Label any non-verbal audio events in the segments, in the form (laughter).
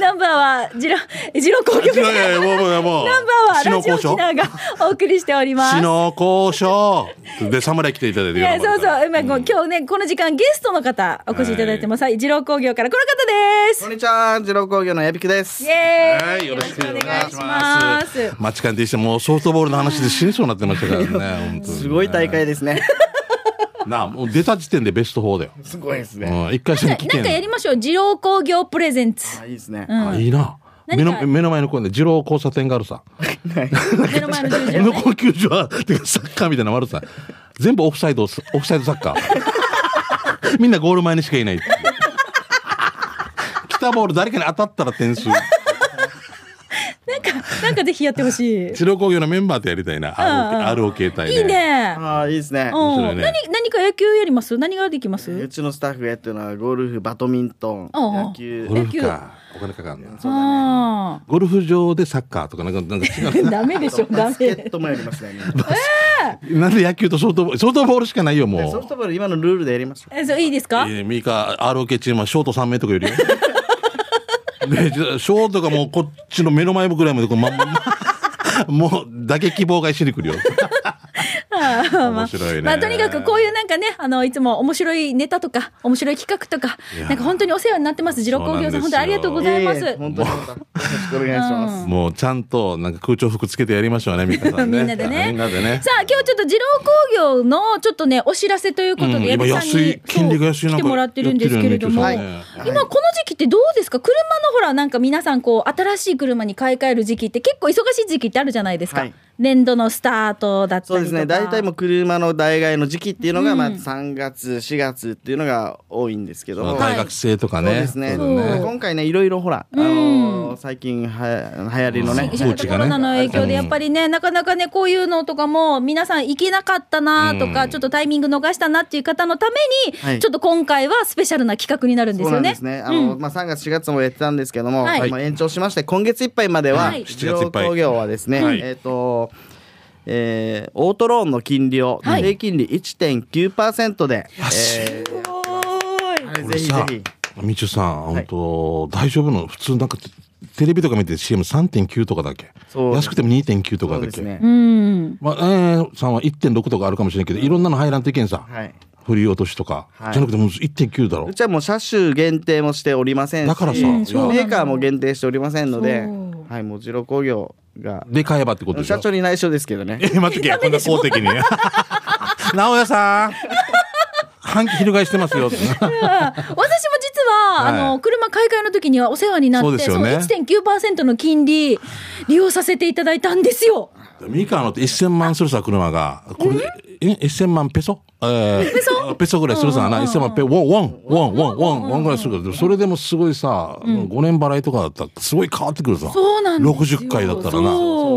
ナンバーはジロジロ公共いやいやナンもうもうもうバーはラジオ沖縄がお送りしております死。の交渉で侍来ていただいていよやそうそう、まあ、ん今日ねこの時間ゲストの方お越しいただいてます。はい、二郎工業からこの方ですこん。にちは、二郎工業のやびきですイ。エーイはいよろしくお願いしよまろしくお願いしますす。マチカンでしてもうソフトボールの話で死にそうになってました (laughs) からね。本当にねすごい大会ですね。なあもう出た時点でベスト4だよ。 (laughs) すごいですね。うん一回戦も危な険んかやりましょう。二郎工業プレゼンツ。 (laughs) あいいですね。あいいな。目何かの目の前の公園で二郎交差点があるさ。目の前の十字目 (laughs) の高級場はてかサッカーみたいなのもあるさ。全部オフサイドすオフサイドサッカー。 (laughs) みんなゴール前にしかい (laughs) ないっていう。来たボール誰かに当たったら点数。なんか、なんかぜひやってほ (laughs) しい。二郎工業のメンバーとやりたいな。RO 携帯で。いいね。 (laughs) ああ、いいですね。う白いん、何、ね何か野球やります。何ができまうす。ちのスタッフがやってるのはゴルフ、バドミントン、うん野球ゴ。ルフか。お金かかんな。あゴルフ場でサッカーとかなんか (laughs) なんか違う。あ、ダメでしょ。ダバスケッメ。トもやりますね。なんで野球とソフトボール、ソフトボールしかないよ、もう。ソフトボール、今のルールでやりましょう。え、そう、いいですか。えーミカ、ROK チームはショート3名とかよりよ。 (laughs) で、じゃあショートがもうこっちの目の前ぐらいまでこう、まん (laughs) ま、もう、打撃妨害しに来るよ。面白いね。 (laughs) まあ、とにかくこういうなんかね、あの、いつも面白いネタとか、面白い企画とか、なんか本当にお世話になってます。二郎工業さん、そうなんですよ本当にありがとうございます。ええ本当にまた (laughs) よろしくお願いします。もうちゃんとなんか空調服つけてやりましょうね、ミカさん (laughs) ね。みんなでねみんなでね。さあ今日ちょっと二郎工業のちょっとねお知らせということで、うん矢部さんに今安い金利が安いそうなん来かてもらってるんですけれども、やってるよねはい今この時期ってどうですか車のほらなんか皆さんこう新しい車に買い替える時期って結構忙しい時期ってあるじゃないですか、はい年度のスタートだったりとかそうですね。大体もう車の代替えの時期っていうのが、まあ、3月、4月っていうのが多いんですけども。大学生とかそうね。ですね。そうだね今回ね、いろいろほら、あのー、最近はや、流行りのね、うん新型コロナの影響でやっぱりね、なかなかね、こういうのとかも、皆さん行けなかったなとか、ちょっとタイミング逃したなっていう方のためはに、いちょっと今回はスペシャルな企画になるんですそうよなんねで。すね。あの、まあ、3月、4月もやってたんですけども、はいまあ、延長しまして、今月いっぱいまでは、はい自動工業はですね、はいえっ、と、えー、オートローンの金利を、はい低金利1.9%で、えすごーいー、俺ぜひぜさひ。、みちゅさん、はい本当大丈夫なの普通なんかテテレビとか見て CM3.9 とかだっけそう安くても2.9とそかうだっでけ、すね。うん。まあ、えー、さんは1.6とかあるかもしれないけど、いろんなの入らんといけんさ。はい。振り落としとか、はいじゃなくてもう1.9だろう。ちはもう車種限定もしておりませんし、だからさメうんそなうのーカーも限定しておりませんのでそう、はい、もう自動工業が、で買えばってことでしょ社長に内緒ですけどね。 (laughs) え、待ってけ、こんな公的に。 (laughs) 直哉 (laughs) さん。反旗翻してますよ。私も実は、はいあの、車買い替えの時にはお世話になって、そうですよねその1.9%の金利、利用させていただいたんですよ。ミカのって1000万するさ、車が。これ、え、1000万ペソえーペソペソぐらいするさ、な、1000万ペ、ウォン、ウォン、ウォン、ウォン、ウォン、ウォンぐらいするから、それでもすごいさ、5年払いとかだったら、すごい変わってくるさ。そうなんですよ。 60回だったそらな。う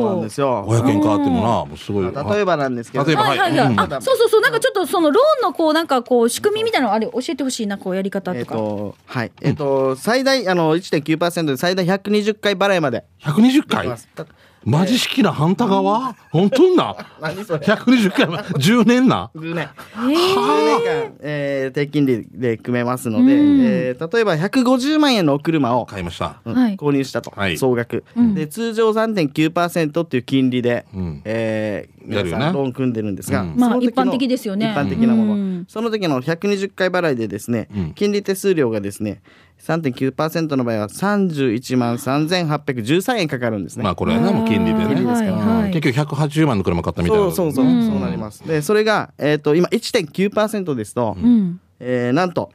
そうなんですよ。 500円変わってもな、もうすごい。例えばなんですけど、例えばはいはいうんはい。あ、そうそうそう。なんかちょっとそのローンのこう、なんかこう、仕組みみたいなのあれ教えてほしいな、こう、やり方えとっ、か。と、はい。えっ、と、最大、あの、1.9%で最大120回払いまで。 120い回ますたマジ式な反対側本当んな (laughs) 何それ ?120 回、10年な10年。えー10年間、えー、低金利で組めますので、えー例えば150万円のお車を、買いました。うんはい購入したと、はい総額、で、通常3.9%っていう金利で、んえー皆やるよさねん、ローン組んでるんですが、うんまあその時の一般的ですよね一般的なものは、うんその時の120回払いでですね、うん金利手数料がですね、3.9%の場合は31万3813円かかるんですね。まあこれはね、もう金利でね。金利ですからはいはいうん結局180万の車買ったみたいな。そうそうそう、そうなります。で、それが、えっ、と、今1.9%ですと、うん。えーなんと、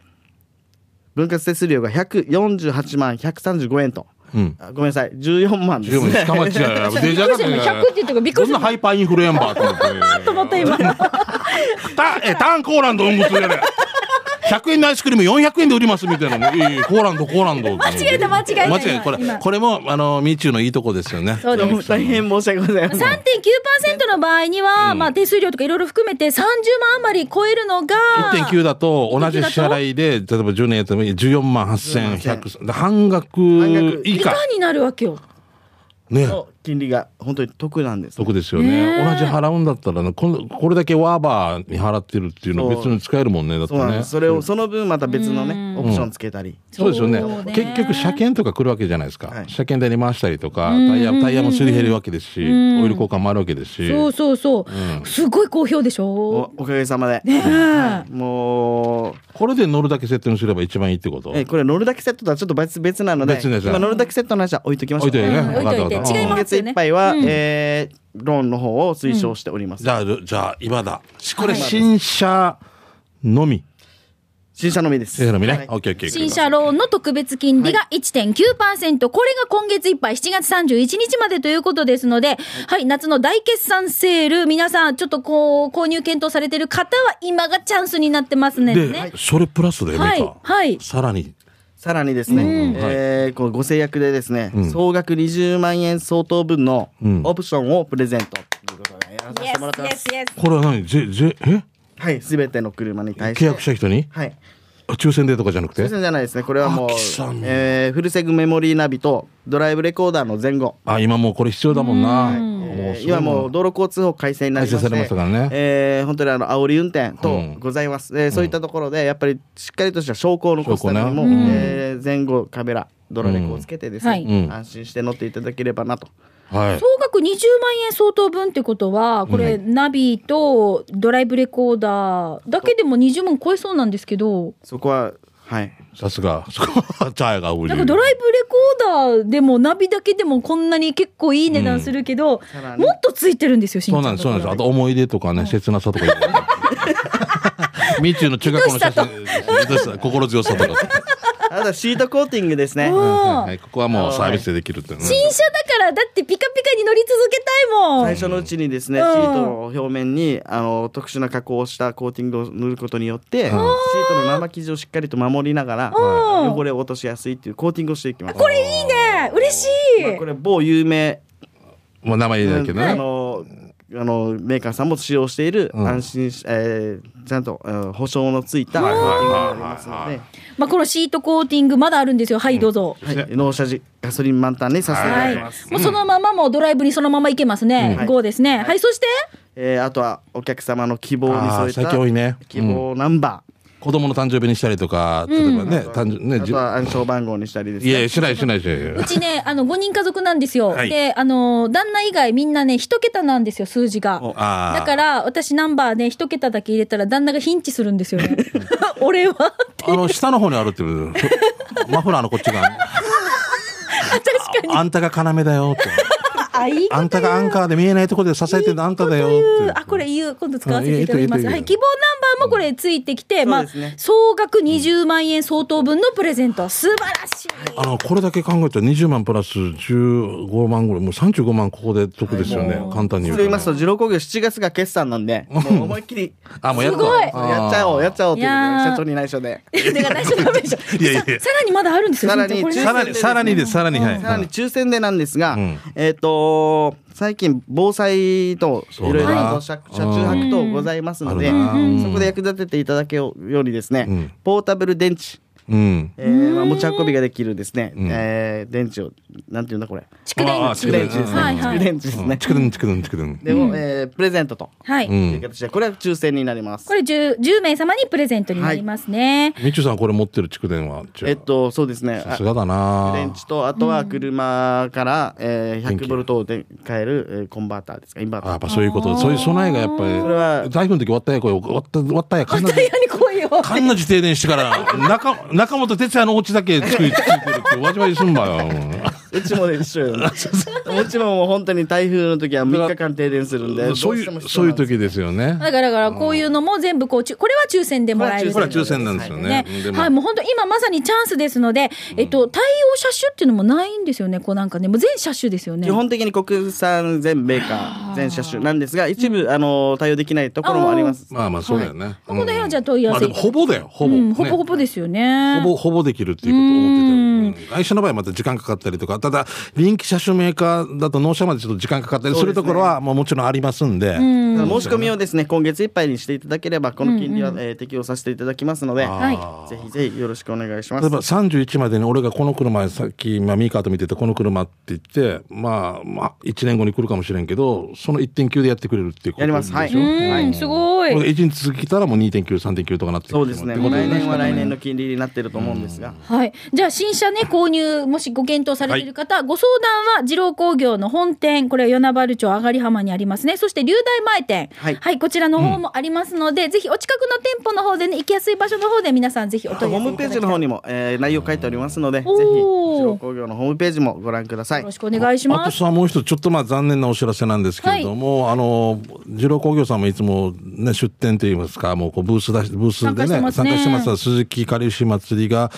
分割手数料が148万135円と、うん。あごめんなさい、14万です十分 (laughs) ね。捕まっち (laughs) ゃうよ。びっくりするね100って言ったからびっくりこんするなハイパーインフルエンバーと思って。と思った今。たえ、タンコーランド運物やれ。100円のアイスクリーム400円で売りますみたいなの。いいコーランド、コーランド。間違えた間違えた間違えた。これ、今これも、あの、ミーチューのいいとこですよね。そうです。大変申し訳ございません。 3.9%の場合には、まあ手数料とかいろいろ含めて30万余り超えるのが、 1.9だと同じ支払いで、例えば10年やったら14万8100、半額半額以以下。下になるわけよ。ね。そう金利が本当に得なんです、ね。得ですよね。ねえ同じ払うんだったらね、こんこれだけワーバーに払ってるっていうのは別に使えるもんね、だってそうなんねです。。それを、その分また別のね、オプションつけたり。そうですそようねね。結局、車検とか来るわけじゃないですか。はい車検代に回したりとか、タイヤタイヤもすり減るわけですし、オイル交換もあるわけですし。そうそうそう、すごい好評でしょおおかげさまで。ねえ、もう、これで乗るだけセットにすれば一番いいってことえこれ乗るだけセットとはちょっと別別なので別ですね今乗るだけセットの話は置いときましょ置ういといてね。うん分かった置いといて分かった違い今ます月いっぱいは、えーローンの方を推奨しております、じゃあ、じゃあ、今だ。これ、新車のみ。新車のみです新車のみね。はいオッケーオッケー。新車ローンの特別金利が1.9%、これが今月いっぱい、7月31日までということですので、はい、夏の大決算セール、皆さん、ちょっとこう、購入検討されてる方は、今がチャンスになってますね。ねで、それプラスだよはねいか。はいさらに。さらにですね、うんえーこうご制約でですね、総額20万円相当分のんオプションをプレゼントということでやらさせてもらってます、これは何ぜ、ぜ、えはい全ての車に対して契約した人にはいあ抽選でとかじゃなくて抽選じゃないですねこれはもうあ貴様、えーフルセグメモリーナビとドライブレコーダーの前後あ、今もうこれ必要だもんな。えもうーそう今もう道路交通法改正になりまし改正てされましたからねえー本当にあの煽り運転う等んございます、えーそういったところでやっぱりしっかりとした証拠を残すためにも、証拠ねえー前後カメラドラレコをつけてですね、うんはい安心して乗っていただければなと、はい (laughs) 総。額20万円相当分ってことは、これ、ナビとドライブレコーダーだけでも20万超えそうなんですけど、そこははいさすが。そこは、チャイが売り。なんかドライブレコーダーでもナビだけでもこんなに結構いい値段するけど、さらにもっとついてるんですよ、新そ車うなんだです、とそうなんです。あと思い出とかね、切なさとかいろいろ。 (laughs) みーちゅーの中学校の写真、愛しさ心強さとか。あとはシートコーティングですねうんはい、ここはもうサービスでできるっていうね。新車だからだってピカピカに乗り続けたいもん。最初のうちにですね、うんシートの表面にあの特殊な加工をしたコーティングを塗ることによって、シートの生生地をしっかりと守りながら、うん汚れを落としやすいっていうコーティングをしていきます。これいいね嬉しい、まあこれ某有名もう名前言えないけどあね。のあのメーカーさんも使用しているうん安心し、えーちゃんと、うん保証のついたコーはいテはいはいはいィングになりますので、まあ、このシートコーティングまだあるんですよ。はい、どうぞ。はい、納車時ガソリン満タンにさせていたはだい。きもます、うそのままもうドライブにそのまま行けますね。うん5ですね。はい、そしてえーあとはお客様の希望にあ添あ、えた最近多いね。希望ナンバ子供の誕生日にしたりとか、例えばね、誕生、ー、ね、あじとゅは暗証番号にしたりですいやいねや、しないしないしなうい。ち (laughs) ね、あの、5人家族なんですよ。はいで、あの、旦那以外みんなね、1桁なんですよ、数字が。ああ。だから、私ナンバーね、1桁だけ入れたら旦那がヒンチするんですよね。 (laughs) 俺はって。あの、下の方にあるって (laughs) いう。マフラーのこっちが。確かに。あんたが要だよって。あ、いいことあんたがアンカーで見えないところで支えてるあんただよって言う。あ、これ言う。今度使わせていただきまうんす。いいといいといいはい。希望ナンバーもこれついてきて、まあそうですね、総額20万円相当分のプレゼント。素晴らしい。あの、これだけ考えたら20万プラス15万ぐらい、もう35万ここで得ですよね。簡単に言それう言いとますとね。二郎工業7月が決算なんでもう思いっきり (laughs) あ、もうやっすとごいやっちゃおうやっちゃおうといういやねー社長に内緒でだから内緒ダメで (laughs) しょ。いやいやいやささらにまだあるんですよ。さらにこれねさら (laughs) に、さらにです、さらに、はい。さらに抽選でなんですが、うんえっ、と最近防災といろいろそうだなと車車中泊等ございますので、うんあるなうんそこで役立てていただけようにですね、うんポータブル電池、うん。えーまあ、持ち運びができるですね、んえー電池をなんていうんだこれ蓄電ああ池。蓄電池ですねはいは蓄い。電池ですね、チクルンチクルンチクルン。でも、えープレゼントとはい。う。いうん形でこれは抽選になりますこれ 10, 10名様にプレゼントになりますね。みちゅさんこれ持ってる蓄電は、じゃあえっとそうですねさすがだな電池とあとは車から、えー100ボルトをで変える、えーコンバーターですかインバーあタやっーぱそういうこと、そういう備えがやっぱり、それは台風の時終わったや、これ、終わった、終わったや、かんなダイヤに来いよ。かんなじ停電してから、 (laughs) 中、中本哲也のお家だけつくついてるって、わじわじすんばよ。うちもね一緒よ、ね。うちももう本当に台風の時は3日間停電するん (laughs) で、そういどう、してそういうも必要なんです時ですよね。だからだからこういうのも全部こうちゅこれは抽選でもらえるこれは抽選なんですよね。でもはい、もう本当今まさにチャンスですので、えっと、対応車種っていうのもないんですよね。こうなんかね、もう全車種ですよね。基本的に国産全メーカー、全車種なんですが、一部、あの、対応できないところもあります。まあまあ、そうだよね。ここの辺はじゃあ問い合わせまあでもほぼだよ、ほぼ。うねん、ほぼほぼですよね。ほぼ、ほぼできるっていうことを思ってたようん。会社の場合はまた時間かかったりとか、ただ、人気車種メーカーだと納車までちょっと時間かかったりするところは、もうもちろんありますんで。うん申し込みをですね、今月いっぱいにしていただければ、この金利は、えー適用させていただきますので、はいぜひぜひよろしくお願いしま例すえ。ば31までに俺がこの車さっき、まあ、ミーカーと見ててこの車って言ってまあまあ1年後に来るかもしれんけどその1.9でやってくれるっていうことやりますはいでしょうんうん、すごこい。れ1日続きたらもう2.93.9とかなってくるそうですね、ってもこうと来よ年は来年の金利になってると思うんですが、はい。じゃあ、新車ね、購入、もしご検討されている方、ご相談は、二郎工業の本店、これは与那原町上がり浜にありますね。そして、龍大前店。はいこちらの方もありますので、ぜひ、お近くの店舗の方でね、行きやすい場所の方で、皆さんぜひお問い合ホーわせムいペたーだジきのた方い。にも、えー内容書いておりますので、ぜひ、おー白工業のホームページもご覧くださいよろ。しくお願いしあまとす。さ、もう一つ、ちょっとまあ残念なお知らせなんですけれども、あの、二郎工業さんもいつもね、出店といいますか、もうこうブース出し、ブース参加でね、してますね参加してますが鈴木かりゆし祭りが、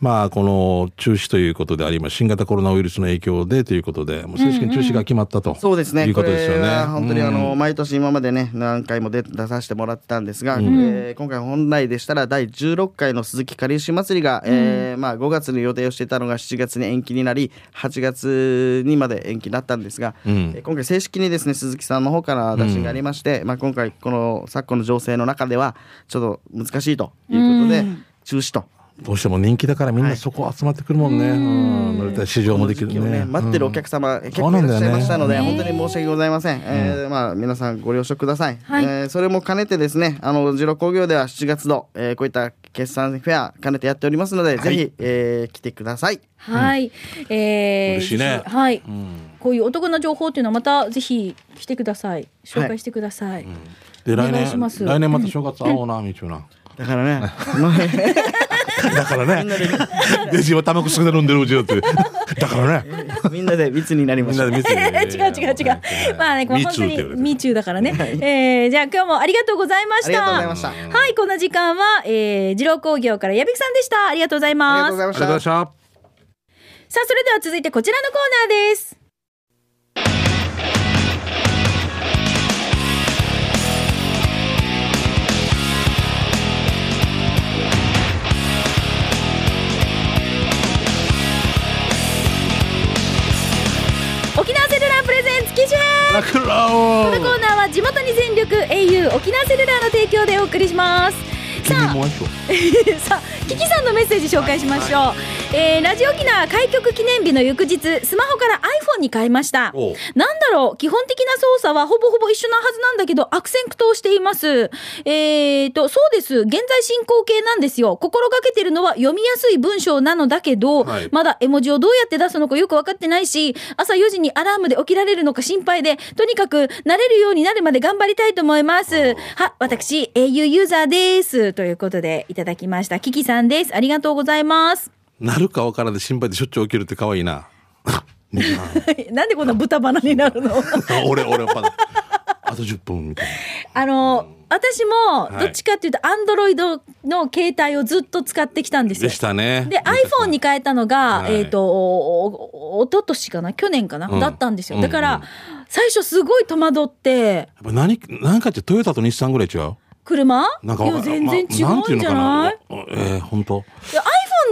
まあ、この中止ということであり、今、新型コロナウイルスの影響でということで、もう正式に中止が決まったと、そうですね。いうことですよこれね。は本当にうんあの、毎年今までね、何回も出出させてもらってたんですが、えー今回本来でしたら第16回の鈴木かりゆし祭りが、えーまあ5月に予定をしていたのが7月に延期になり、8月にまで延期になったんですが、えー今回正式にですね、鈴木さんの方から打診がありまして、まあ今回この昨今の情勢の中では、ちょっと難しいということで、中止と。どうしても人気だからみんなそこ集まってくるもんね。うん。乗れたら市場もできる時期をね。待ってるお客様、結そう構ないんだらっよねしゃいましたので、本当に申し訳ございません、えーまあ、皆さんご了承ください、はいえーそれも兼ねてですねあの二郎工業では7月度、えーこういった決算フェア兼ねてやっておりますので、ぜひ、えー来てくださいはい。えー、嬉しいねはい。こういうお得な情報っていうのは、また、ぜひ、来てください。紹介してください。で、来お願いし年、ます来年また正月会おうな、みちゅう (laughs) な。だからねまあだからね。デジはタバコ吸って飲んでるうちだって。だからね。みんなで密になりまみんしなょうで見 (laughs) 違てう違う違う。まあね、これ本当に、ミーチューだからね。えー、じゃあ今日もありがとうございました。ありがとうございましたあはい、この時間は、えー、二郎工業から矢吹さんでした。ありがとうございりがまとすうご。ざいあまりしがとうございたましさた。あ、それでは続いてこちらのコーナーです。沖縄セルラープレゼンツ機種編ラクロこのコーナーは地元に全力 au 沖縄セルラーの提供でお送りしますさあもう一個 (laughs) さあキキさんのメッセージ紹介しましょう、えーラジオ沖縄開局記念日の翌日スマホから iPhone に変えましたおうなんだろう基本的な操作はほぼほぼ一緒なはずなんだけど悪戦苦闘していますえーとそうです現在進行形なんですよ心がけてるのは読みやすい文章なのだけど、はいまだ絵文字をどうやって出すのかよく分かってないし朝4時にアラームで起きられるのか心配でとにかく慣れるようになるまで頑張りたいと思いますは私 au ユーザーですということでいただきましたキキさんですありがとうございますなるかわからんで心配でしょっちゅう起きるって可愛いな。ね (laughs) なんでこんな豚鼻になるのえ俺、俺、まだ。あと10分みたいあの、私も、いどっちかっていうと、アンドロイドの携帯をずっと使ってきたんでな。すよ。でしたね。で、iPhone に変えたのが、はいえっ、と、おおおととしかな、去年かな、うんだったんですよ。だから、うん最初すごい戸惑って、やっぱ何、何かってトヨタと日産ぐらい違う車なんかいわや、か全然違まんてういんうじのゃかない,、なえー、本当。いや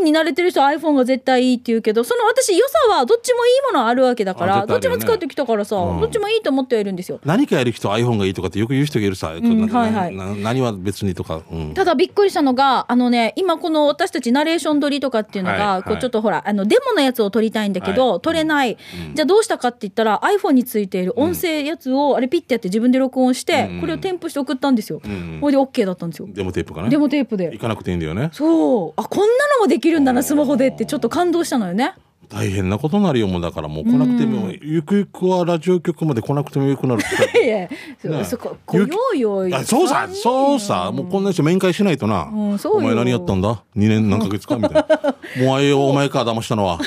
?iPhone に慣れてる人は iPhone が絶対いいって言うけど、その私、良さはどっちもいいものあるわけだから、あ絶対どっあるちよねも使ってきたからさ、うんどっちもいいと思ってはいるんですよ。何かやる人は iPhone がいいとかってよく言う人がいるさ、んなはいはいな何は別にとか、うん、ただびっくりしたのが、あのね、今この私たちナレーション撮りとかっていうのが、はいこうちょっとほら、あの、デモのやつを撮りたいんだけど、はい撮れない、じゃあどうしたかって言ったら、iPhone についている音声やつを、あれピッてやって自分で録音して、うんこれを添付して送ったんですよ。んこれで OK だったんですよ。デモテープかねデモテープで行。かなくていいんだよねそう。あ、こんなのもできるんだな、スマホでって、ちょっと感動したのよね。大変なことになるよもうだからもう来なくても、ゆくゆくはラジオ局まで来なくてもよ (laughs) くなるっていやいや、ねそそこ、こよいよい。あそうさ三人そうさもうこんな人面会しないとな、んそうよお前何やったんだ2年何ヶ月かみたい (laughs) なもうあいよお前か騙したのは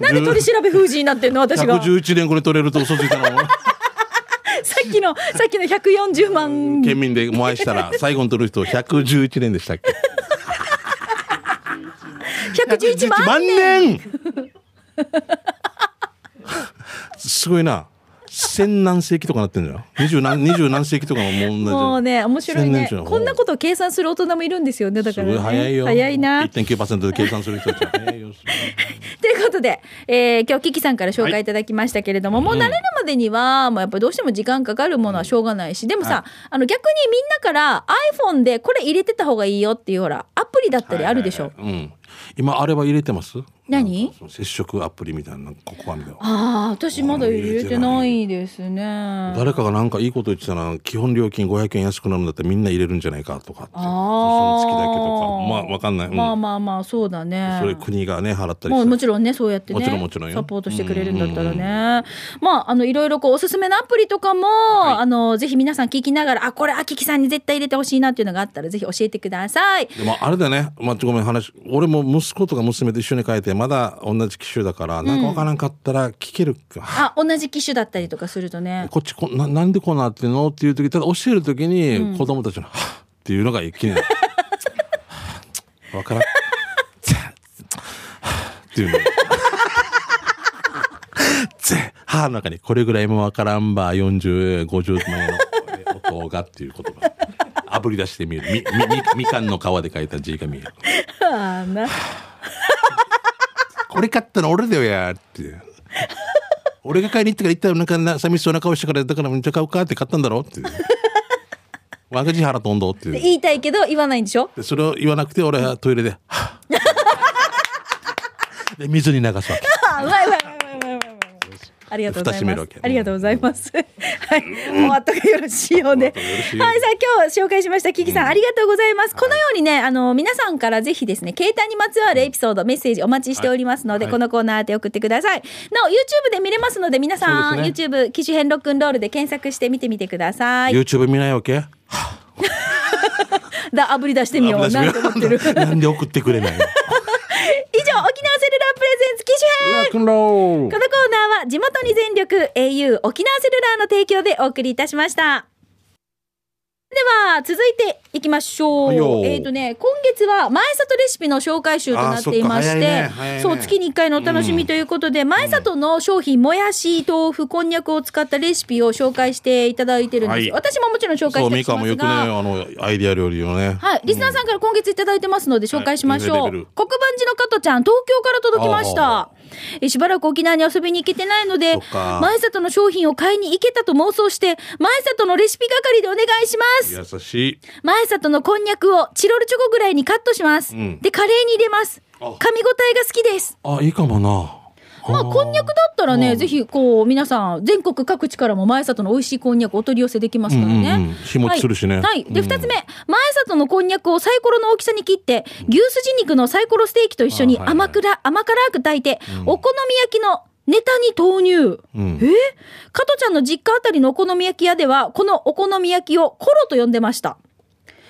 なんで取り調べ封じになってんの、私が。 111年これ取れると嘘ついたのはさっきの、さっきの140万県民でもう愛したら最後に取る人111年でしたっけ111万万年 (laughs) すごいな千何世紀とかなってんじゃん二十何二十何世紀とかの問題じゃんもうね、面白い千年ね中。のこんなことを計算する大人もいるんですよね、だすから、ごね。い早いよ早いな。という1.9%で計算する人たちは早いよすごいこことで、えー今日キキさんから紹介いただきましたけれども、もう慣れるまでには、もうやっぱりどうしても時間かかるものはしょうがないし、でもさ、あの逆にみんなから iPhone でこれ入れてた方がいいよっていうほら、アプリだったりあるでしょ。うん。今、あれは入れてます何なんかその接触アプリみたいな、ここはみたいな。ああ、私まだ入れてないですね。誰かがなんかいいこと言ってたな、基本料金500円安くなるんだったらみんな入れるんじゃないかとかって。ああ。その月だけとか。まあ、わかんない。うんまあまあまあ、そうだね。それ国がね、払ったりもうしてもちろんね、そうやってね。もちろんもちろんよサポートしてくれるんだったらね。まあ、あの、いろいろこう、おすすめのアプリとかも、あの、ぜひ皆さん聞きながら、あ、これ、あききさんに絶対入れてほしいなっていうのがあったら、ぜひ教えてください。でもあれだね、まあ、ごめん話俺も息子とか娘と一緒に帰ってまだ同じ機種だからなんかわからんかったら聞けるか、あ、同じ機種だったりとかするとね。こっちこななんでこうなってんのっていう時ただ教える時に子供たちの「はっ」っていうのが一気に「はっわからん」はっっていうの。ぜ歯の中にこれぐらいもわからんば4050万円の音がっていう言葉あぶり出してみるみみみみかんの皮で書いた字が見えるあーな。これ買ったの俺だよやって。俺が買いに行ったから行ったらなんかな寂しそうな顔してからだからめっちゃ買うかって買ったんだろって。若地原とんどって。言いたいけど、言わないんでしょでそれを言わなくて俺はトイレで。 (laughs) はぁで水に流すわけ。あうまいうまいうまいうまいうまいうまいうまいありがとうござい蓋閉めまるわすけ。ありがとうございます。はい。もうあとがよろしいようで。はい。もうさ後がよろしあ、今日紹いようで介しました、キキさん、ありがとうございます。このようにね、あの、皆さんからぜひですね、携帯にまつわるエピソード、メッセージお待ちしておりますので、はいこのコーナー宛て送ってください。なお、YouTube で見れますので、皆さん、そうです YouTube、機種編ロックンロールで検索して見てみてください。 YouTube 見ないわけだ、炙り出してみよう。なんて思ってる。以上、沖縄セル (laughs) ラーなんで (laughs) 送ってくれないのプレゼンツ機種編ラクンローこのコーナーは地元に全力 au 沖縄セルラーの提供でお送りいたしました。では、続いていきましょう。はいよえっ、とね、今月は前里レシピの紹介集となっていましあーて、そっか早いね早いねそう、月に1回のお楽しみということで、前里の商品、もやし、豆腐、こんにゃくを使ったレシピを紹介していただいてるんです。はい私ももちろん紹介そしう、てミいたカだもきますよくね、が、あの、アイディア料理をね。はい、リスナーさんから今月いただいてますので紹介しましょう。はい黒板寺の加藤ちゃん、東京から届きました。えしばらく沖縄に遊びに行けてないのでそっ、か前里の商品を買いに行けたと妄想して、前里のレシピ係でお願いします。優しい。前里のこんにゃくをチロルチョコぐらいにカットします。うんで、カレーに入れます。噛み応えが好きです。あ、いいかもな。まあ、こんにゃくだったらね、ぜひ、こう、皆さん、全国各地からも前里の美味しいこんにゃくお取り寄せできますからね。うんうんうん日持ちするしねはい。はいで、うん二つ目、前里のこんにゃくをサイコロの大きさに切って、牛すじ肉のサイコロステーキと一緒にあはいはい甘くら、甘辛く炊いて、お好み焼きのネタに投入。うんえ加トちゃんの実家あたりのお好み焼き屋では、このお好み焼きをコロと呼んでました。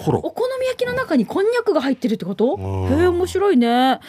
コおロ。好み焼きの中にこんにゃくが入ってるってことうんへえ、面白いね。3、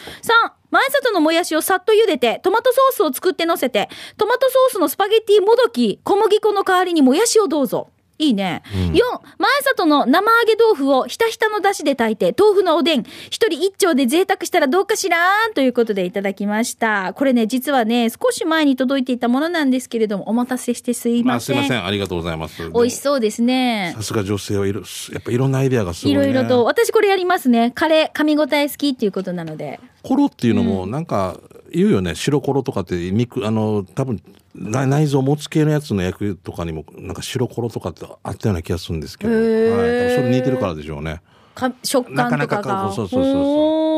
前里のもやしをさっと茹でて、トマトソースを作って乗せて、トマトソースのスパゲティもどき、小麦粉の代わりにもやしをどうぞ。いいね。4、前里の生揚げ豆腐をひたひたの出汁で炊いて、豆腐のおでん、一人一丁で贅沢したらどうかしらーんということでいただきました。これね、実はね、少し前に届いていたものなんですけれども、お待たせしてすいまあ、ますせいん。ません。ありがとうございます。美味しそうですね。さすが女性はいろ、やっぱいろんなアイデアがすごいいね。ろいろと、私これやりますね。カレー、噛み応え好きっていうことなので。コロっていうのもなんか言うよね、白コロとかって肉あの多分な内臓持つ系のやつの役とかにもなんか白コロとかってあったような気がするんですけど、へはーい、多分それ似てるからでしょうねか食感となかかなが。かそうそうそうそうおー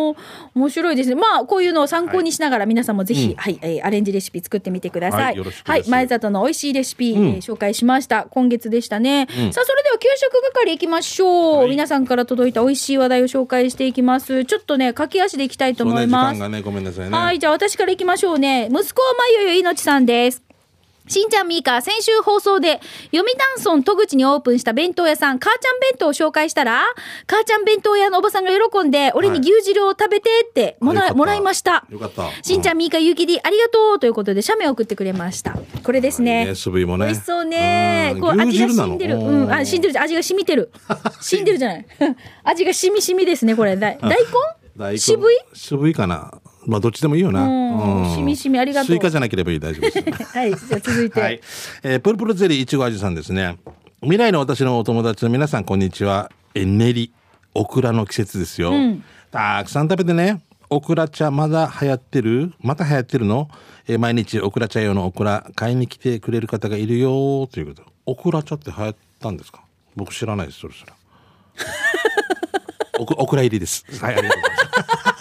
面白いですね。まあ、こういうのを参考にしながら、皆さんもぜひ、はい、えーアレンジレシピ作ってみてくださ。はいいよろしくですはい、前里の美味しいレシピ、えー紹介しました。今月でしたね。さあ、それでは給食係行きましょう。はい皆さんから届いた美味しい話題を紹介していきます。ちょっとね、駆け足でいきたいとそう思ねい時ま間す。がねごめんなさいねはい、じゃあ私から行きましょうね。息子はまゆゆいのちさんです。しんちゃんみーか、先週放送で、読谷村戸口にオープンした弁当屋さん、母ちゃん弁当を紹介したら、母ちゃん弁当屋のおばさんが喜んで、俺に牛汁を食べてってもら,、あよかったもらいました。よかったしんちゃんみーか、ゆうきり、ありがとうということで、写メを送ってくれました。これですいいね。ね素振りもね美味しそうねう。んこう、味牛が汁な染のんでる。おうーん、あ、染んでるじゃん。味が染みて (laughs) る。染んでるじゃない。 (laughs) 味が染み染みですね、これ。だい大根 (laughs) 大根渋い (laughs) 渋いかなまあどっちでもいいよなうんしみしみありがとうスイカじゃなければいい大丈夫ですはい、じゃあ続いて。はい。えー、プルプルゼリーいちご味さんですね。未来の私のお友達の皆さん、こんにちは。えー、練り、オクラの季節ですよ。たくさん食べてね。オクラ茶まだ流行ってるまた流行ってるの、えー毎日オクラ茶用のオクラ買いに来てくれる方がいるよということオクラ茶って流行ったんですか僕知らないですそれそれオクオクラ入りですはいありがとうございます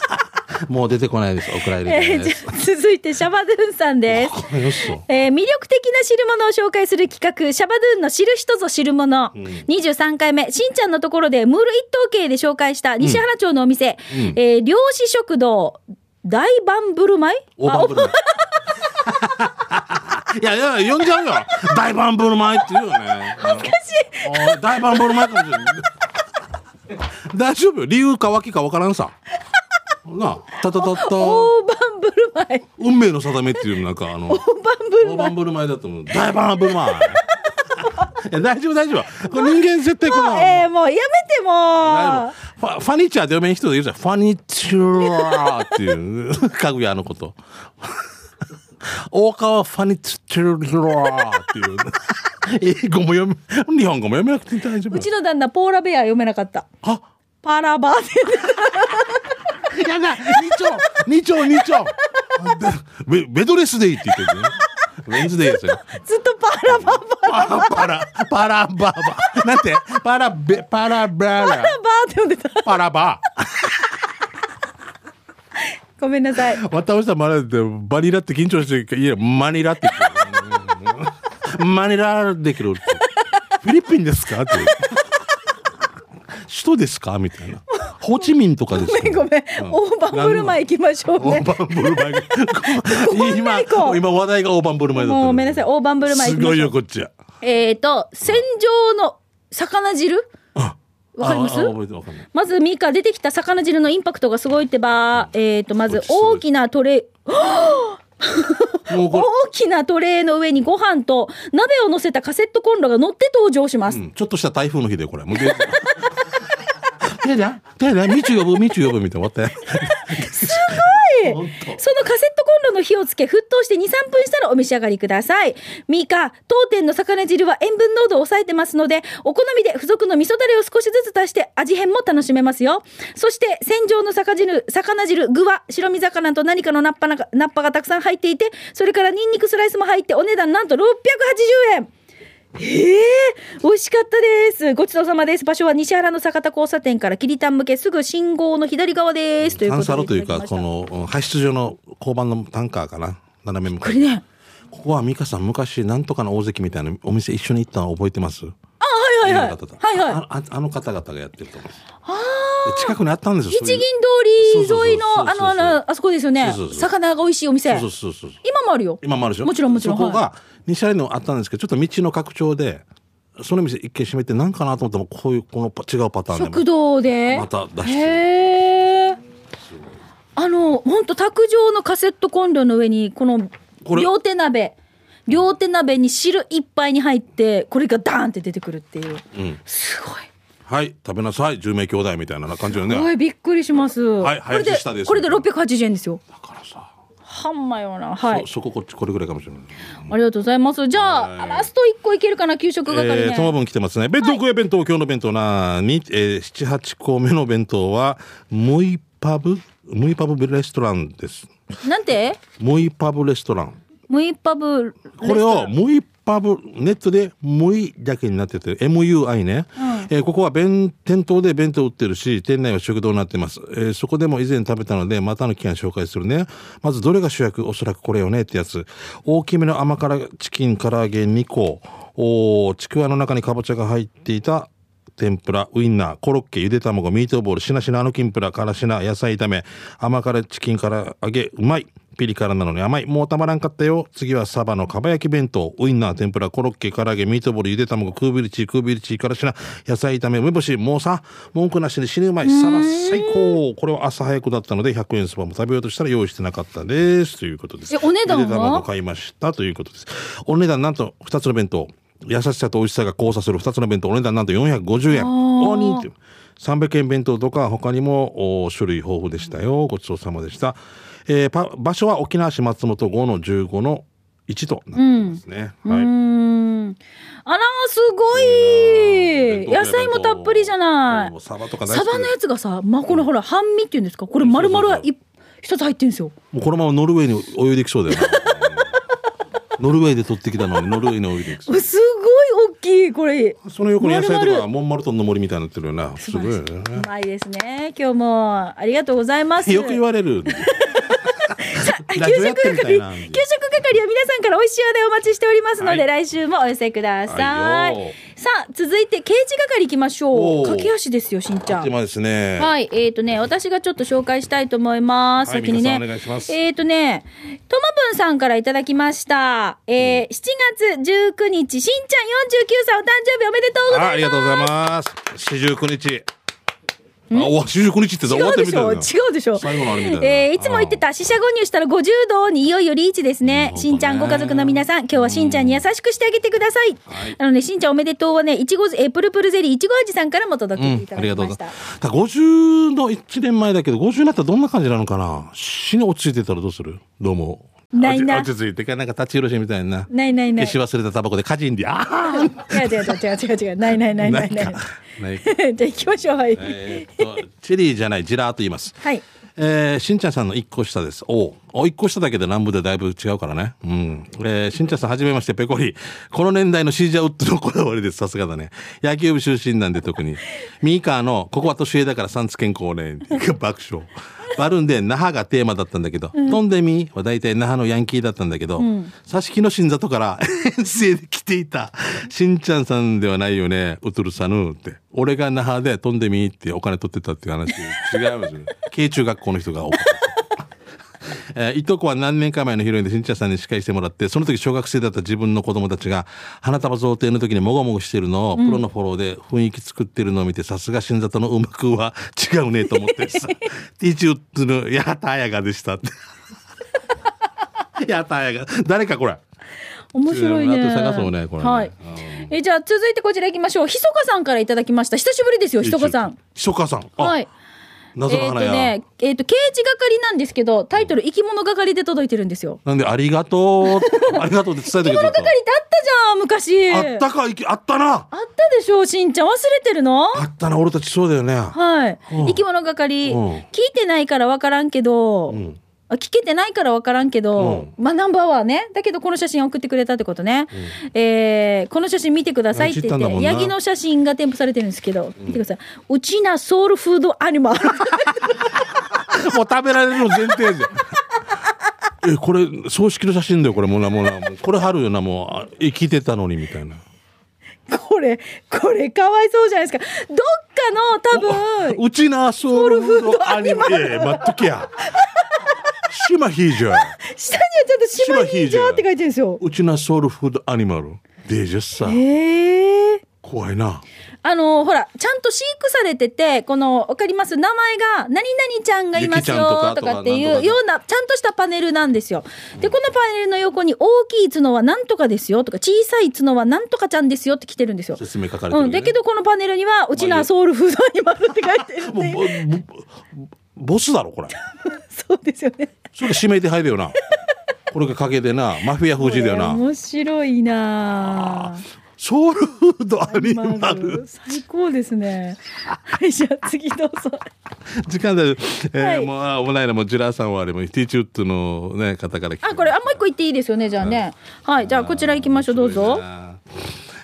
(laughs) もう出てこないですオクラ入えりーでじす、ゃあ続いてシャバドゥンさんです。これよっそえー魅力的な汁物を紹介する企画、シャバドゥンの知る人ぞ知るもの。23回目、しんちゃんのところでムール一等系で紹介した西原町のお店、えー漁師食堂、大盤振る舞い大あ盤振る (laughs) 舞い。いやいや呼んじゃうよ。大盤振る舞いって言うよね。恥ずかしい。大盤振る舞いかもしれない。大丈夫よ。理由かわけかわからんさ。なあ、たたたた。大盤振る舞い。運命の定めっていうなんかあの。大盤振る大舞い。盤振る舞いだと思う。大盤振る舞い。 (laughs) いや大丈夫大丈夫。これ人間絶対この。えーもうやめてもう。大丈夫ファファニチャーで読めん人で言うじゃん。ファニチュラーっていう、かぐやのこと。大川ファニチュラーっていう。英語も読め、日本語も読めなくて大丈夫う。ちの旦那、ポーラベア読めなかった。あパラバーって言ってやだ二丁二丁二丁ベベドレスデイって言ってるね。ウェンズデイですよ。ずっとパラバーパパラパラ、パラババ。なんてパラベ、パラバラ、ラバーって呼んでた。パラバ。ごめんなさい。渡辺さんもあれでバニラって緊張していやマニラって言ってるマニラできるってフィリピンですかって首都ですかみたいなホーチミンとかですか (laughs) ごめん、大盤振る舞い行きましょう大ね。盤振る舞いこんなにこ今う今話題が大盤振る舞いだったもうごめんなさい、大盤振る舞いす行きまごいしょよう。こっちは (laughs) えっ、ー、と、戦場の魚汁あわかりますああ覚えてるわかんないまずミカ出てきた魚汁のインパクトがすごいってば、えっ、ー、と、まずすごい大きなトレイ、もうこれ大きなトレイの上にご飯と鍋を乗せたカセットコンロが乗って登場します。うんちょっとした台風の日だよこれもうで手だ手だみちゅ呼ぶみちゅ呼ぶみたいな終わったよそのカセットコンロの火をつけ、沸騰して2、3分したらお召し上がりください。ミカ、当店の魚汁は塩分濃度を抑えてますので、お好みで付属の味噌だれを少しずつ足して味変も楽しめますよ。そして、洗浄の魚汁、魚汁、具は白身魚と何かのナッパなかナッパがたくさん入っていて、それからニンニクスライスも入って、お値段なんと680円。ええ美味しかったです。ごちそうさまです。場所は西原の酒田交差点から霧丹向けすぐ信号の左側です。というこタとでンサロというただか、きましたこの、うん排出場の交番のタンカーかな。斜め向こかれい。ね。ここは美香さん、昔、なんとかの大関みたいなお店一緒に行ったの覚えてますはいはい。はあいの方々はい。あああの方々がやってると思う。で近くにあったんですよ。一そういう銀通り沿いの、そうそうそうあの、あの、あそこですよねそうそう。そう魚が美味しいお店。そうそうそうそう。今もあるよ。今もあるでしょもちろんもちろん。そこはいが、西原にもあったんですけど、ちょっと道の拡張で、その店一軒閉めて、なんかなと思ったら、こういう、このパ違うパターンでも。食堂で。また出してるへーあの、ほんと、卓上のカセットコンロの上に、この、これ両手鍋。両手鍋に汁いっぱいに入って、これがダーンって出てくるっていう。うんすごい。はい、食べなさい、10名兄弟みたいな感じよね。すごい、びっくりします。いこれで早口したですこれで680円ですよ。だからさ、はんまよな。はいそ。そここっち、これぐらいかもしれない。ありがとうございます。じゃあ、はいラスト一個いけるかな、給食係ね。えー、ともぶん来てますね。弁当、食え弁当、今日の弁当なーに、えー、7、8個目の弁当は、ムイパブ、ムイパブレストランです。なんてムイパブレストラン。ムイパブこれを、ムイパブ、ネットで、ムイだけになってて、MUI ね。えーここは弁、店頭で弁当売ってるし、店内は食堂になってます。えーそこでも以前食べたので、またの機会に紹介するね。まず、どれが主役おそらくこれよねってやつ。大きめの甘辛チキン唐揚げ2個。おーちくわの中にかぼちゃが入っていた天ぷら、ウインナー、コロッケ、ゆで卵、ミートボール、しなしな、あのきんぷら、からしな、野菜炒め、甘辛チキンから揚げ、うまい。ピリ辛なのに甘い。もうたまらんかったよ。次はサバのかば焼き弁当、ウインナー、天ぷら、コロッケ、唐揚げ、ミートボール、ゆで卵、クービリチー、クービリチー、からしな、野菜炒め、梅干し、もうさ、文句なしで死ぬうまい。サバ最高。これは朝早くだったので、100円そばも食べようとしたら用意してなかったです。ということです。えお値段はゆで卵買いましたということです。お値段なんと2つの弁当。優しさと美味しさが交差する2つの弁当。お値段なんと450円。おにって。300円弁当とか他にもお種類豊富でしたよ。ごちそうさまでした。えーパ場所は沖縄市松本5の15の1となってますね。うはい。ーんあらすご弁い当弁野当菜もたっぷりじゃないもうサバとか大好サきでバのやつがさ、まあ、このほら半身っていうんですかこれ丸々はい一つ入ってんすよ。もうこのままノルウェーに泳いでいきそうだよな (laughs) ノルウェーで取ってきたのにノルウェーに泳いでいきそうすごい大きい、これ。その横に野菜丸と々かモンマルトンの森みたいになってるよなすごいよねうまいですね。今日も、ありがとうございます。よく言わ (laughs) れる給 (laughs) ラジオや食って係、み給食た係いはな皆さんから美味しい話題をお待ちしておりますので、は来週もお寄せくださ。はいいよさあ、続いて、刑事係行きましょう。おー駆け足ですよ、しんちゃん。今ですね、はい、えっ、ー、とね、私がちょっと紹介したいと思います。はい先にね。皆さんお願いしますえっ、ー、とね、ともぶんさんからいただきました。えー、7月19日、しんちゃん49歳お誕生日おめでとうごあざあいりがます。とうございます四十九日あお四十九日ってさ終わった違うでみしたいょな違うでしょ最後のあれみたいなえーいつも言ってた、四捨五入したら50度にいよいよリーチですね。うんしんちゃんご本当家ね族の皆さん、今日はしんちゃんに優しくしてあげてください。はいあのね、しんちゃんおめでとうはね、いちご、えープルプルゼリーいちご味さんからも届けていたあだりきがとまうごしざた。います。だから50の1年前だけど、50になったらどんな感じなのかな死に落ち着いてたらどうするどうも。ないな落ち落ち着いてか、なんか立ち寄ろしみたいな。ないないない消し忘れたタバコで火事んで、ああ違う違う違う違う違う。ないないないないない。んかない (laughs) じゃあ行きましょう。はい。えーっと、チェリーじゃない、ジラーと言います。はい。えー、しんちゃんさんの一個下です。おうお、一個下だけで南部でだいぶ違うからね。うん。えー、しんちゃんさんはじめまして、ペコリ。この年代のシージャーウッドのこだわりです。さすがだね。野球部出身なんで特に。ミーカーの、ここは年上だから三つ健康ね。 (laughs) 爆笑。バルーンで那覇がテーマだったんだけど、飛んでみーは大体那覇のヤンキーだったんだけど、挿し木の新里から (laughs) 遠征で来ていた、しんちゃんさんではないよね、うつるさぬって。俺が那覇で飛んでみーってお金取ってたっていう話。違いますよ (laughs) ね。慶中学校の人が多かった。えーいとこは何年か前のヒロインでしんちゃんさんに司会してもらって、その時小学生だった自分の子供たちが、花束贈呈の時にもごもごしてるのを、プロのフォローで雰囲気作ってるのを見て、さすが新里のうまくは違うねと思っ (laughs) てさ、ティーチウッズのやたやがでしたって。やたやが。誰かこれ。面白いね。ちょっと探そうねこれねはい。え、じゃあ続いてこちら行きましょう。ひそかさんからいただきました。久しぶりですよ、ひそかさん。。ひそかさん。あ、はい。謎のえっ、と花や。ね、えっ、と、刑事係なんですけど、タイトル、生き物係で届いてるんですよ。なんで、ありがとう。ありがとうって伝生きえてく (laughs) れ物係たってあったじゃん、昔。あったかいき、あったな。あったでしょう、しんちゃん。忘れてるのあったな、俺たちそうだよね。はい。うん生き物係、うん聞いてないから分からんけど、あ聞けてないから分からんけど、まあナンバーはね、だけどこの写真送ってくれたってことね。えーこの写真見てくださいって言っあ知ったんだて、もんなヤギの写真が添付されてるんですけど、見てください。うちなソウルフードアニマル。 (laughs) もう食べられるの前提じゃ (laughs) ん。え、これ、葬式の写真だよ、これ、もうな、もうな、もうこれ貼るよな、もうあ、生きてたのに、みたいな。これ、これかわいそうじゃないですか。どっかの多分、うちな、ソウルフードアニメ、え待っときや。島ヒージ下ャー。にはちゃんと島ヒージャーって書いてるんですよ。うちな、ソウルフードアニマル。で、じゃさえ、ー。怖いな。あのほら、ちゃんと飼育されてて、この、わかります名前が、何々ちゃんがいますゆきちゃんとよ、かとかっていとかなんとうかような、ちゃんとしたパネルなんですよ。で、このパネルの横に、大きい角はなんとかですよ、とか、小さい角はなんとかちゃんですよって来てるんですよ。説明書かれてる、ね。うん、だけど、このパネルには、うちのソウルフードアニマルって書いてるっていもう。う、ぼぼボスだろ、これ。そうですよね。それ、指名手配だよな。これが影でな、マフィア封じだよな。面白いなぁソウルフードアニママルル。最高ですね。はい、じゃあ次どうぞ。時間だ。えーはいもうあ危ないなもうジュラーさんはあれもティーチウッドのね方から聞あ、これ、あ、もう一個言っていいですよね、じゃあね。はい、じゃあこちら行きましょう、どうぞ。。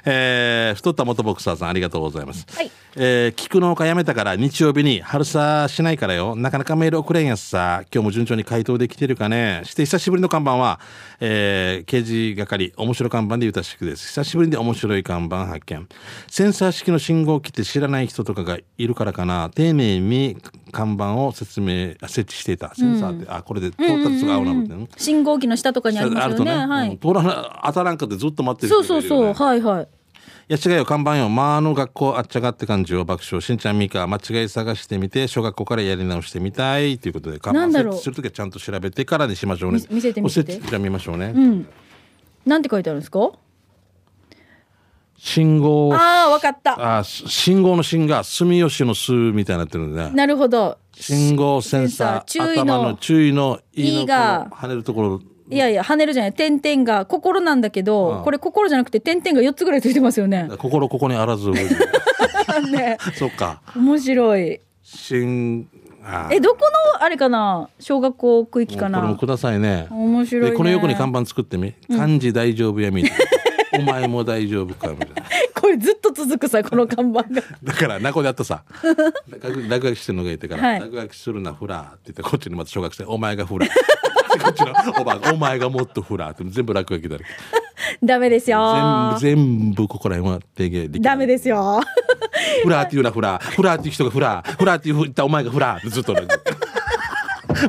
えー、太った元ボクサーさんありがとうございます。はいえー、菊農家辞めたから日曜日に春さしないからよ。なかなかメール送れんやつさ。今日も順調に回答できてるかね。して久しぶりの看板は、えー、刑事係、面白看板でゆたしくです。久しぶりで面白い看板発見。センサー式の信号機って知らない人とかがいるからかな。丁寧に看板を説明、あ設置していた。センサーって、あ、これで通ったらすぐ青なのって、ね。信号機の下とかにありますよね。はうんい。通らな当たらんかってずっと待ってるそう人そうがいるよね、そう、はいはい。いや違うよ看板よまああの学校あっちゃがって感じを爆笑しんちゃんみーか間違い探してみて小学校からやり直してみたいということで看な板んだ設ろう置するときはちゃんと調べてからにしましょうねみ見せて見せてお設置じゃあ見ましょうね、なんて書いてあるんですか。信号ああ、わかった。あし信号の信が住吉の巣みたいになってるんだねなるほど。信号センサーセンサー注意の頭の注意の「い」の E がこの跳ねるところいやいや、跳ねるじゃない、点々が心なんだけど、これ心じゃなくて、点々が四つぐらいついてますよ (laughs) ね。心 (laughs) ここにあらずねそうか面白い。信あーえ、どこの、あれかな小学校区域かこれなもくださいね。面白いねでこの横に看板作ってみ。漢字大丈夫やみたいな。お前も大丈夫かみたい (laughs) な。これずっと続くさ、この看板 (laughs) が。だから、名古であったさ。落落書きしてるのがいてから、はい落書きするな、フラーって言って、こっちにまた小学生、お前がフラー。こっちのおばあお前がもっとフラーって全部落書きだらけダメですよ。全部全部ここら辺は定義できなダいメですよ。 (laughs) フラーって言うなフラーフラーっていう人がフラーフラーって言ったお前がフラーってずっ (laughs) と (laughs) 同じ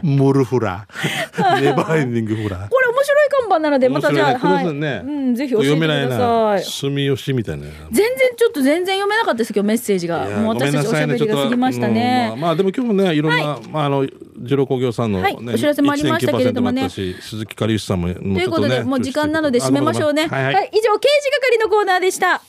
モルフラ (laughs) ーネバーエンディングフラーこれ面白い看板なので、またじゃあ、面白はいい。ねう黒田さねん、ぜひ教えてください。住吉みたいな。い全然ちょっと全然読めなかったですけどメッセージがやもう私たちおしゃべりが過ぎましたうんまあね。まあでも今日もね、いろんな、まああの、次郎工業さんのね、はいお知らせもありましたけれどもね1.9%あったし鈴木かりゆしさんも、とということでもう時間なので締めましょうね。はいははいい以上刑事係のコーナーでした。